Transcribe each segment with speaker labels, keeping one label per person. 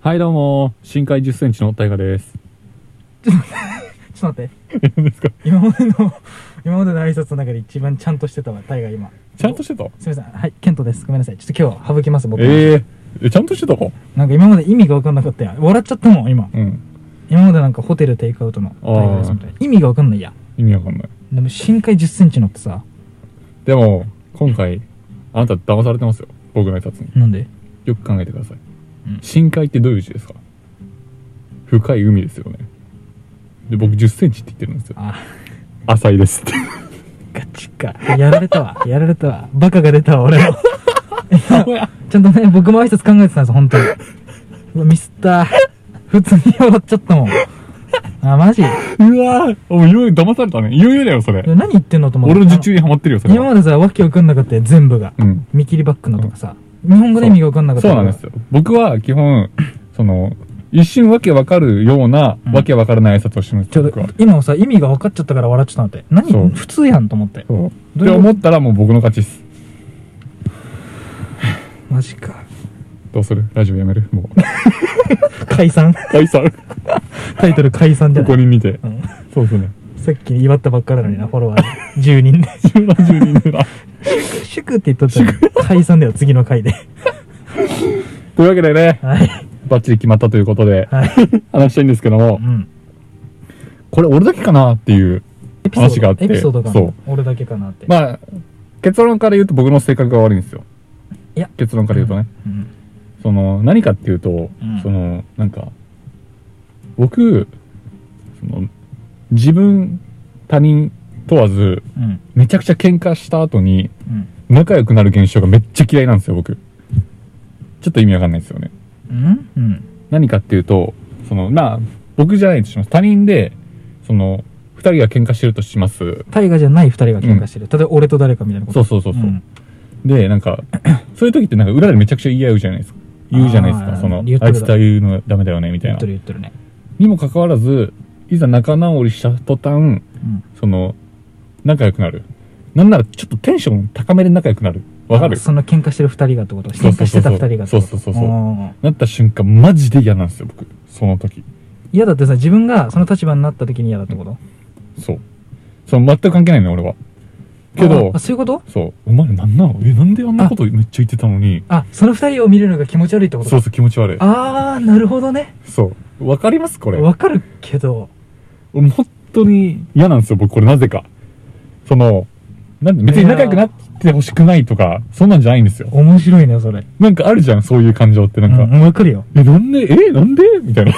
Speaker 1: はいどうも、深海10センチの大河です。
Speaker 2: ちょっと待って。今までの、 今までの挨拶の中で一番ちゃんとしてたわ、タイが今。
Speaker 1: ちゃんとしてた
Speaker 2: すみません。はい、ケントです。ごめんなさい。ちょっと今日は省きます、僕。
Speaker 1: えええちゃんとしてたか
Speaker 2: なんか今まで意味が分かんなかったやん。笑っちゃったもん、今。
Speaker 1: うん。
Speaker 2: 今までなんかホテルテイクアウトのタイガですみたいな。意味が分かんないや。
Speaker 1: 意味わかんない。
Speaker 2: でも深海10センチのってさ、
Speaker 1: でも、今回、あなた騙されてますよ。僕の挨拶に。
Speaker 2: なんで
Speaker 1: よく考えてください。
Speaker 2: うん
Speaker 1: 深海ってどういう字ですか深い海ですよね。で、僕10センチって言ってるんですよ。
Speaker 2: あ、
Speaker 1: 浅い ですって。
Speaker 2: ガチか。やられたわ。やられたわ。バカが出たわ、俺も。
Speaker 1: おや
Speaker 2: ちゃんとね、僕も挨拶考えてたんです、本当に。うわミスった。普通に笑っちゃったもん。あ、マジ
Speaker 1: うわぁおいろいろ騙されたね。いよいよだよ、それ。
Speaker 2: 何言ってんのと思って。
Speaker 1: 俺の受注にハマってるよ、それ
Speaker 2: 今ま
Speaker 1: は。
Speaker 2: でさ、わけわかんなかったよ、全部が。
Speaker 1: うん。
Speaker 2: 見切りバックのとかさ。日本語で意味がわかんなかった
Speaker 1: そう
Speaker 2: から。
Speaker 1: なんですよ。僕は基 本、その、一瞬わけわかるような、
Speaker 2: うん
Speaker 1: わけわからない挨拶をします。
Speaker 2: ちょう
Speaker 1: 僕は
Speaker 2: ど、今もさ、意味が分かっちゃったから笑っちゃったのって。何
Speaker 1: そう
Speaker 2: 普通やんと思って。
Speaker 1: そう。
Speaker 2: ど
Speaker 1: っ
Speaker 2: う
Speaker 1: て
Speaker 2: いう
Speaker 1: 思ったらもう僕の勝ちっす。
Speaker 2: マジか。
Speaker 1: どうするラジオやめるもう。
Speaker 2: 解散
Speaker 1: 解 散。
Speaker 2: タイトル解散じゃ
Speaker 1: こ
Speaker 2: な
Speaker 1: こ
Speaker 2: い、
Speaker 1: に見て。
Speaker 2: うん、
Speaker 1: そうですね。
Speaker 2: さっき祝ったばっかりなのにな、フォロワー10人で。
Speaker 1: ラジオに見てな。
Speaker 2: シュクって言っとったのに解散だよ、次の回で。
Speaker 1: というわけでね、
Speaker 2: はい。
Speaker 1: バッチリ決まったということで、
Speaker 2: はい。
Speaker 1: 話したいんですけども
Speaker 2: う、ん。
Speaker 1: これ俺だけかなっていう。
Speaker 2: エピソ
Speaker 1: 話があっ
Speaker 2: ー
Speaker 1: て
Speaker 2: ド、エピソード
Speaker 1: そ
Speaker 2: が
Speaker 1: う
Speaker 2: 俺だけかなって。
Speaker 1: まあ、結論から言うと僕の性格が悪いんですよ。
Speaker 2: いや
Speaker 1: 結論から言うとね。
Speaker 2: うん、
Speaker 1: その、何かっていうと、
Speaker 2: うん
Speaker 1: その、なんか、僕、その、自分、他人問わず、
Speaker 2: うん、
Speaker 1: めちゃくちゃ喧嘩した後に、
Speaker 2: うん。
Speaker 1: 仲良くなる現象がめっちゃ嫌いなんですよ、僕。ちょっと意味わかんないですよね。
Speaker 2: うんうん。
Speaker 1: 何かっていうと、その、まあ、僕じゃないとします。他人で、その、二人が喧嘩してるとします。
Speaker 2: 大河じゃない二人が喧嘩してる。例えば俺と誰かみたいなこと。
Speaker 1: そうそうそうそう。
Speaker 2: ん
Speaker 1: で、なんか、そういう時ってなんか裏でめちゃくちゃ言い合うじゃないですか。言うじゃないです
Speaker 2: あ
Speaker 1: か。
Speaker 2: ー
Speaker 1: その、あ
Speaker 2: 言っとる
Speaker 1: いつとああいうのダメだよね、みたい
Speaker 2: 言っ
Speaker 1: な
Speaker 2: て。る言ってるね。
Speaker 1: にもかかわらず、いざ仲直りした途端、
Speaker 2: うん。
Speaker 1: その、仲良くなる。なんならちょっとテンション高めで仲良くなる。わかる
Speaker 2: あその喧嘩してる二人がってこと
Speaker 1: そう
Speaker 2: 喧
Speaker 1: そうそう
Speaker 2: 嘩してた二人がってこと
Speaker 1: そうそうそうそう
Speaker 2: うん
Speaker 1: なった瞬間、マジで嫌なんですよ、僕。その時。
Speaker 2: 嫌だってさ、自分がその立場になった時に嫌だってこと
Speaker 1: そう。その全く関係ないのよ、俺は。けど
Speaker 2: ああ、そういうこと
Speaker 1: そう。お前らなんなのえ、なんであんなことめっちゃ言ってたのに。
Speaker 2: あ、その二人を見るのが気持ち悪いってこと
Speaker 1: そうそう、気持ち悪い。
Speaker 2: あー、なるほどね。
Speaker 1: そう。わかりますこれ。
Speaker 2: わかるけど。
Speaker 1: 俺本当に嫌なんですよ、僕、これなぜか。その、なんで別に仲良くなってほしくないとか、そんなんじゃないんですよ。
Speaker 2: 面白いね、それ。
Speaker 1: なんかあるじゃん、そういう感情って。なんか、
Speaker 2: うんわかるよ。
Speaker 1: え、なんで、え、なんでみたいな。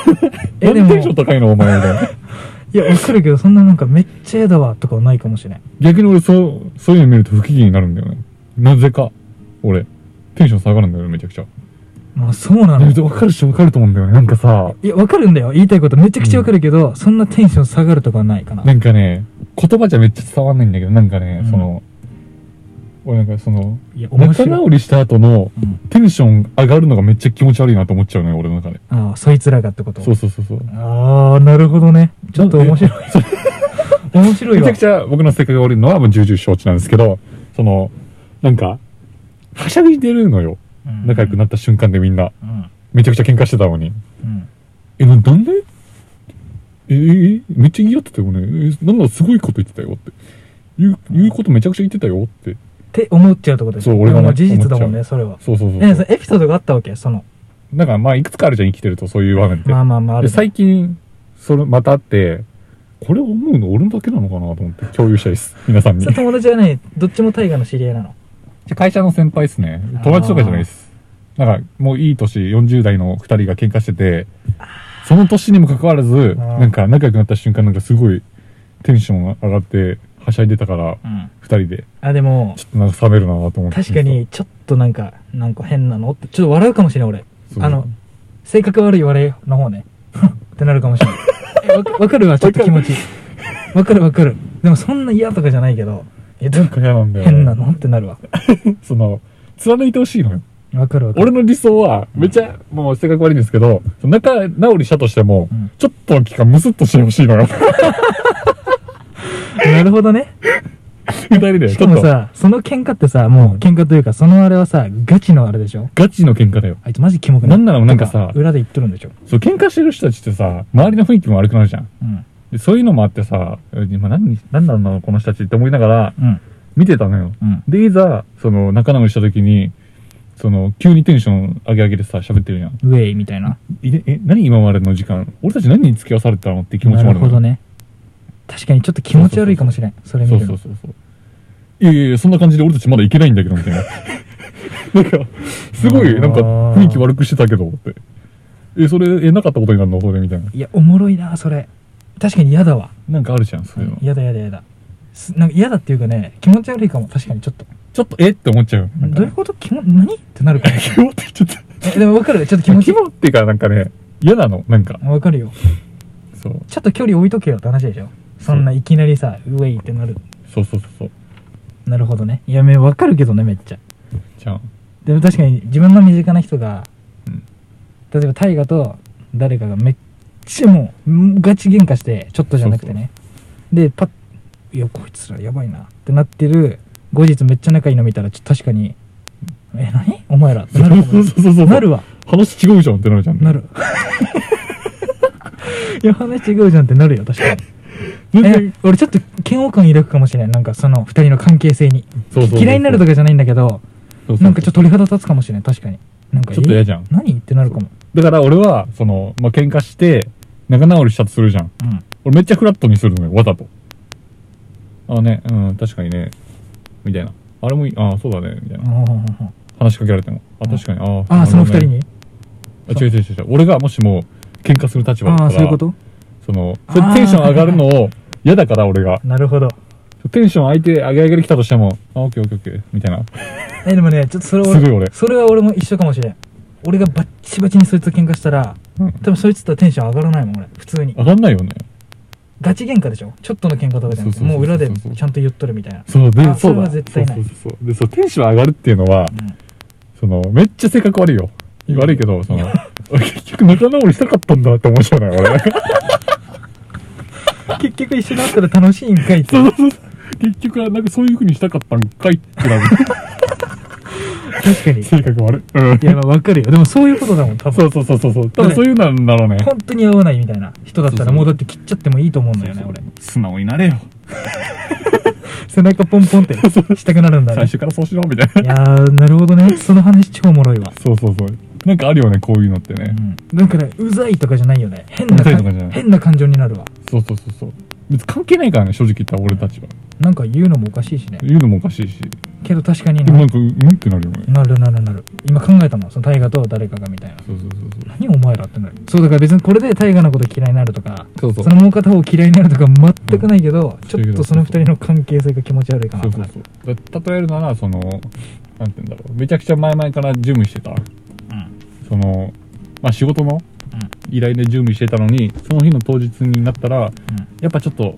Speaker 1: な
Speaker 2: え
Speaker 1: んで
Speaker 2: でも
Speaker 1: テンション高いの、お前みたいな。
Speaker 2: いや、わかるけど、そんななんかめっちゃ嫌だわとかはないかもしれん。
Speaker 1: 逆に俺、そう、そういうの見ると不機嫌になるんだよね。なぜか。俺、テンション下がるんだよね、めちゃくちゃ。
Speaker 2: まあ、そうなの。
Speaker 1: わかる人わかると思うんだよね。なんかさ、
Speaker 2: いや、わかるんだよ。言いたいことめちゃくちゃわかるけど、そんなテンション下がるとかはないかな。
Speaker 1: なんかね、言葉じゃめっちゃ伝わんないんだけど、なんかね、
Speaker 2: うん
Speaker 1: その、俺なんかその、
Speaker 2: いや、面
Speaker 1: 仲
Speaker 2: 白い。
Speaker 1: 直りした後の、
Speaker 2: うん
Speaker 1: テンション上がるのがめっちゃ気持ち悪いなと思っちゃうのよ、俺の中で。
Speaker 2: ああ、そいつらがってこと
Speaker 1: そうそうそうそう。
Speaker 2: ああ、なるほどね。ちょっと面白い。 面白い
Speaker 1: めち
Speaker 2: わ
Speaker 1: ゃく。ちゃ僕の性格が悪いのはもう重々承知なんですけど、その、なんか、はしゃぎでるのよ。仲良くな
Speaker 2: っ
Speaker 1: った瞬間でみんな。
Speaker 2: うん。
Speaker 1: めちゃくちゃ喧嘩してたのに。
Speaker 2: うん。
Speaker 1: え、ななんでえ、え、えめっちゃ言い合ってたよね。え、なんだすごいこと言ってたよって。言う、言うことめちゃくちゃ言ってたよって。
Speaker 2: って思っちゃうってことでしょ
Speaker 1: そう俺がね
Speaker 2: でも事実だも
Speaker 1: 思
Speaker 2: ん
Speaker 1: っちゃ
Speaker 2: ね、それは。
Speaker 1: そうそうそう。
Speaker 2: え、そのエピソードがあったわけその。
Speaker 1: なんかまあいくつかあるじゃん、生きてるとそういう場面って。
Speaker 2: まあまあまあ、あ
Speaker 1: で
Speaker 2: る。
Speaker 1: 最近、それまたあって、これ思うの俺だけなのかなと思って共有したいです。皆さんに
Speaker 2: それ。友達はね、どっちも大河の知り合いなの。
Speaker 1: 会社の先輩ですね。友達とかじゃないです。なんか、もういい年、40代の二人が喧嘩してて、その年にもかかわらず、
Speaker 2: あー
Speaker 1: なんか仲良くなった瞬間、なんかすごいテンション上がって、はしゃいでたから、
Speaker 2: うん。
Speaker 1: 二人で、
Speaker 2: あ、でも
Speaker 1: ち、ょっとなんか冷めるなと思って。
Speaker 2: 確かに、ちょっとなんか、なんか変なのって、ちょっと笑うかもしれん、俺。
Speaker 1: そう、
Speaker 2: あの、性格悪い笑いの方ね。 ってなるかもしれない。えわかわかるわ、ちょっと気持ち。わかるわかる。でもそんな嫌とかじゃないけど、え、どう
Speaker 1: なんか嫌なんだよ、ね。
Speaker 2: 変なのってなるわ。
Speaker 1: その、貫いてほしいのよ。
Speaker 2: わかるわかる。
Speaker 1: 俺の理想は、めっちゃ、もう性格悪いんですけど、その仲直りしたとしても、
Speaker 2: うん
Speaker 1: ちょっとの期間ムスッとしてほしいのよ。
Speaker 2: なるほどね。
Speaker 1: 二人で、
Speaker 2: し
Speaker 1: ち
Speaker 2: か
Speaker 1: ょっ
Speaker 2: も
Speaker 1: と、
Speaker 2: さ、その喧嘩ってさ、もう喧嘩というか、そのあれはさ、ガチのあれでしょ
Speaker 1: ガチの喧嘩だよ。
Speaker 2: あいつマジキモくない
Speaker 1: なんならなんか
Speaker 2: と
Speaker 1: さ、
Speaker 2: 裏で言っとるんでしょ
Speaker 1: そう、喧嘩してる人たちってさ、周りの雰囲気も悪くなるじゃん。
Speaker 2: うん。
Speaker 1: でそういうのもあってさ、今何、何なんだろう、この人たちって思いながら、
Speaker 2: うん。
Speaker 1: 見てたのよ。
Speaker 2: うん。
Speaker 1: で、いざ、その、仲直りした時に、その、急にテンション上げ上げでさ、喋ってるやん。
Speaker 2: ウェイみたいな。
Speaker 1: いでえ、何今までの時間俺たち何に付き合わされてたのって気持ちも
Speaker 2: な
Speaker 1: あ
Speaker 2: る
Speaker 1: る
Speaker 2: ほど
Speaker 1: ね。
Speaker 2: ね。確かにちょっと気持ち悪いかもしれん。それ
Speaker 1: そ
Speaker 2: 見
Speaker 1: う
Speaker 2: る
Speaker 1: そう
Speaker 2: の。
Speaker 1: そうそう。いやいやいや、そんな感じで俺たちまだいけないんだけど、みたいな。 なんか、すごい、なんか、雰囲気悪くしてたけど、って。え、それ、え、なかったことになるのそれ、みたいな。
Speaker 2: いや、おもろいな、それ。確かに嫌だわ。
Speaker 1: なんかあるじゃん、そういうの。
Speaker 2: 嫌だ嫌だ嫌だ。すなんか嫌だっていうかね、気持ち悪いかも。確かにちょっと。
Speaker 1: ちょっと、えって思っちゃう。なんか
Speaker 2: どういう
Speaker 1: ね
Speaker 2: こと気持何ってな るから。
Speaker 1: キモってちょっと。
Speaker 2: えでもわかるちょっと気持ち
Speaker 1: キ。モっていうか、なんかね、嫌なの、なんか。
Speaker 2: わかるよ。
Speaker 1: そう。
Speaker 2: ちょっと距離置いとけよって話でしょ。そんないきなりさ、ウェイってなる。
Speaker 1: そうそうそうそう。
Speaker 2: なるほどね。いや、めわかるけどね、めっちゃ。
Speaker 1: じゃん。
Speaker 2: でも確かに自分の身近な人が、
Speaker 1: うん
Speaker 2: 例えば大河と誰かがめっちゃもううんガチ喧嘩してちょっとじゃなくてねでパッ「いやこいつらやばいな」ってなってる後日めっちゃ仲いいの見たらちょっと確かに「え何お前ら」ってなるか
Speaker 1: そ
Speaker 2: も
Speaker 1: うそうそうそう。
Speaker 2: なるわ
Speaker 1: 話違うじゃんってなるじゃん。
Speaker 2: なるいや話違うじゃんってなるよ確かに
Speaker 1: 全
Speaker 2: え
Speaker 1: 然。
Speaker 2: 俺ちょっと嫌悪感抱くかもしれんなんかその二人の関係性に
Speaker 1: そうそうそう
Speaker 2: 嫌いになるとかじゃないんだけど
Speaker 1: そうそうそう
Speaker 2: なんかちょっと鳥肌立つかもしれん確かになんか
Speaker 1: ちょっと嫌じゃん
Speaker 2: え何ってなるかも
Speaker 1: だから俺は、その、まあ、喧嘩して、仲直りしたとするじゃん。
Speaker 2: うん
Speaker 1: 俺めっちゃフラットにするのよ、わざと。ああね、うん、確かにね。みたいな。あれもいい、ああ、そうだね、みたいな。話しかけられても。あ、確かに、ああ。
Speaker 2: ああその二人に
Speaker 1: あ違う違う違う違う。俺がもしも、喧嘩する立場だった
Speaker 2: あ
Speaker 1: ら。
Speaker 2: あそういうこと
Speaker 1: その、それ
Speaker 2: あー
Speaker 1: テンション上がるのを、嫌だから俺が。
Speaker 2: なるほど
Speaker 1: テンション相手上げ上げできたとしても、あ、オッケーオッケーオッケー、みたいな。
Speaker 2: えでもねちょっとそれ
Speaker 1: すごい俺
Speaker 2: それは俺も一緒かもしれん俺がバッチバチにそいつと喧嘩したら
Speaker 1: うん
Speaker 2: 多分そいつとはテンション上がらないもん俺普通に
Speaker 1: 上がんないよね。
Speaker 2: ガチ喧嘩でしょちょっとの喧嘩とかじゃなくて
Speaker 1: そうそうそうそう
Speaker 2: もう裏でちゃんと言っとるみたいな
Speaker 1: そう、で、
Speaker 2: あ
Speaker 1: そうだ。
Speaker 2: それは絶対ない
Speaker 1: そうそうそうそう。で、そう、テンション上がるっていうのは、
Speaker 2: うん
Speaker 1: その、めっちゃ性格悪いよ。悪いけど、そ の、俺結局仲直りしたかったんだって思っちゃうのよ、 俺。
Speaker 2: 結局一緒だったら楽しいんかいって
Speaker 1: そうそうそう。結局は、なんかそういう風にしたかったんかいってなる。
Speaker 2: 確かにい
Speaker 1: 性格悪い。うん。
Speaker 2: やまあわかるよでもそういうことだもん多
Speaker 1: そ
Speaker 2: 分
Speaker 1: うそうそうそうそう。多分そういうなんだろうね。
Speaker 2: 本当に合わないみたいな人だった
Speaker 1: そうそ
Speaker 2: ら
Speaker 1: う
Speaker 2: もうだって切っちゃってもいいと思うんだよね
Speaker 1: そう
Speaker 2: 俺
Speaker 1: 素直になれよ。
Speaker 2: 背中ポンポンってしたくなるんだ
Speaker 1: 最
Speaker 2: ね
Speaker 1: 初からそうしろ、みたいな。
Speaker 2: いやーなるほどねその話超おもろいわ
Speaker 1: そうそうそう。なんかあるよね、こういうのってね。
Speaker 2: だからうざいとかじゃないよね変な
Speaker 1: うざい
Speaker 2: か
Speaker 1: とかじゃない
Speaker 2: 変な感情になるわ
Speaker 1: そうそうそうそう。別に関係ないからね、正直言ったら俺たちは。
Speaker 2: なんか言うのもおかしいしね
Speaker 1: 言うのもおかしいし。
Speaker 2: けど確かに
Speaker 1: でもな
Speaker 2: なん
Speaker 1: か、うんってなるよね。
Speaker 2: なるなるなる今考えたもんその大河と誰かがみたいな
Speaker 1: そうそうそうそう。
Speaker 2: 何お前らってなるそうだから別にこれで大河のこと嫌いになるとか
Speaker 1: そうそう
Speaker 2: そのもう片方嫌いになるとか全くないけど、ちょっとその二
Speaker 1: そういう
Speaker 2: 人の関係性が気持ち悪いかな
Speaker 1: そ
Speaker 2: と
Speaker 1: う
Speaker 2: か
Speaker 1: そうそうだ例えるならそのなんて言うんだろうめちゃくちゃ前々から準備してた
Speaker 2: うん
Speaker 1: そのまあ仕事の
Speaker 2: う
Speaker 1: 依頼で準備してたのにその日の当日になったら
Speaker 2: ん
Speaker 1: やっぱちょっと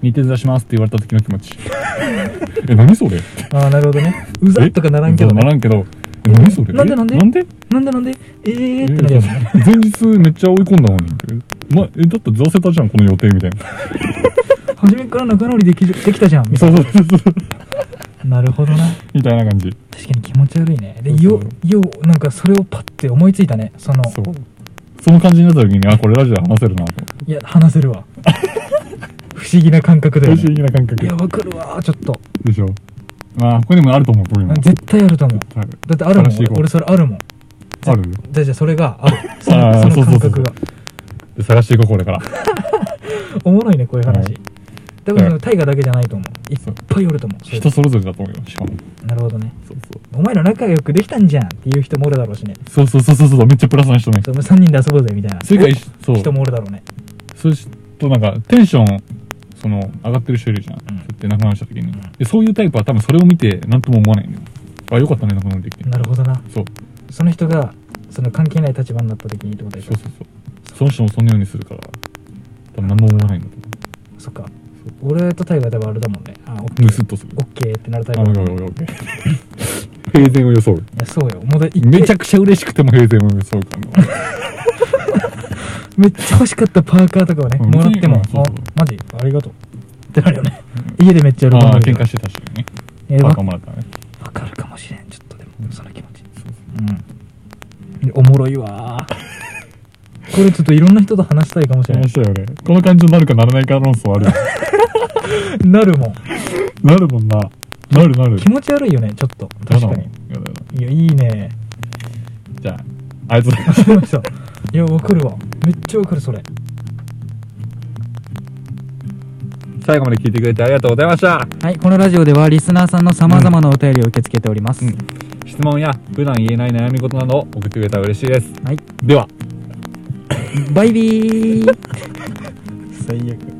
Speaker 1: 似てずらしますって言われた時の気持ち え何それ
Speaker 2: ああなるほどねうざっとかならんけど
Speaker 1: そうな
Speaker 2: ね
Speaker 1: らんけどえ何それ
Speaker 2: なんでなんで
Speaker 1: えなんで
Speaker 2: なんでなんでえー
Speaker 1: え
Speaker 2: ってなるよね
Speaker 1: 前日めっちゃ追い込んだのにえま、えだってずらせたじゃんこの予定みたいな
Speaker 2: 初めから仲直りできるできたじゃんみ
Speaker 1: そ
Speaker 2: たい
Speaker 1: そ
Speaker 2: う
Speaker 1: うそうそう
Speaker 2: ななるほどな
Speaker 1: みたいな感じ
Speaker 2: 確かに気持ち悪いねで
Speaker 1: そう
Speaker 2: よ
Speaker 1: そう
Speaker 2: よなんかそれをパッて思いついたねその
Speaker 1: そうその感じになった時にあこれラジオで話せるなと
Speaker 2: いや話せるわ 不思議な感覚だよ、
Speaker 1: 不思
Speaker 2: ね、
Speaker 1: 議な感覚
Speaker 2: いやわかるわちょっと
Speaker 1: でしょまあここにもあると思うこういうの
Speaker 2: 絶対あると思う
Speaker 1: ある
Speaker 2: だってあるも
Speaker 1: 話していこ
Speaker 2: ん
Speaker 1: う
Speaker 2: 俺それあるもん
Speaker 1: ある
Speaker 2: じゃあじゃあそれがあるそ
Speaker 1: あー
Speaker 2: のその
Speaker 1: そうそうそ
Speaker 2: 感
Speaker 1: う
Speaker 2: 覚が
Speaker 1: で探していこうこれから
Speaker 2: おもろいねこういう話、
Speaker 1: はい
Speaker 2: 多分その大河だけじゃないと思ういっ
Speaker 1: そう
Speaker 2: ぱいおると思うそういう
Speaker 1: 人それぞれだと思うよしかも
Speaker 2: なるほどね
Speaker 1: そう
Speaker 2: お前ら仲良くできたんじゃんっていう人もおるだろうしね
Speaker 1: そうそうそうそうそうそうめっちゃプラスな人ね
Speaker 2: そう3人で遊ぼうぜみたいな
Speaker 1: それからそう
Speaker 2: 人もおるだろうね
Speaker 1: それとなんかテンションその上がってる人いるじゃん、そうやって亡くなした時にでそういうタイプは多分それを見て何とも思わないんだよあよかったね亡くなりできて
Speaker 2: なるほどな
Speaker 1: そう
Speaker 2: その人がその関係ない立場になった時にってことでし
Speaker 1: そ
Speaker 2: ょ
Speaker 1: うそうそうその人もそんなようにするから多分何も思わないんだと思
Speaker 2: そっか俺とタイガー多分あれだもんねあオッ
Speaker 1: うムスッとする
Speaker 2: オッケーってなるタイ
Speaker 1: あ
Speaker 2: プ
Speaker 1: オ
Speaker 2: だ
Speaker 1: ッ
Speaker 2: もん
Speaker 1: ケ
Speaker 2: い
Speaker 1: ーオッケーオッケー平然を装う
Speaker 2: やそうよもうだい
Speaker 1: めちゃくちゃ嬉しくても平然を装うから な
Speaker 2: めっちゃ欲しかったパーカーとかをね
Speaker 1: うん
Speaker 2: もらっても
Speaker 1: うんそうそう
Speaker 2: あマジありがとうってなるよね家でめっちゃ喜
Speaker 1: あ
Speaker 2: ん
Speaker 1: あ、
Speaker 2: で
Speaker 1: 喧
Speaker 2: る
Speaker 1: 嘩してたしね。
Speaker 2: えー
Speaker 1: バ
Speaker 2: わ
Speaker 1: カもらったね。
Speaker 2: わかるかもしれんちょっとでも
Speaker 1: うん
Speaker 2: その気持ちうんおもろいわーこれちょっといろんな人と話したいかもしれな
Speaker 1: 面
Speaker 2: い
Speaker 1: 白いよね。この感じになるかならないか論争あ るよ。
Speaker 2: なるもん
Speaker 1: なるもんな。なるなる。
Speaker 2: 気持ち悪いよねちょっと確か
Speaker 1: やだもん
Speaker 2: に。
Speaker 1: やだやだ
Speaker 2: いやいいね
Speaker 1: じゃあ、ありがとうございます。
Speaker 2: 来ましたいやわかるわめっちゃわかるそれ
Speaker 1: 最後まで聞いてくれてありがとうございました。
Speaker 3: はい、このラジオではリスナーさんの様々なお便りを受け付けております。
Speaker 1: うん質問や普段言えない悩み事などを送ってくれたら嬉しいです。
Speaker 3: はい。
Speaker 1: では。
Speaker 3: バイビー
Speaker 2: 最悪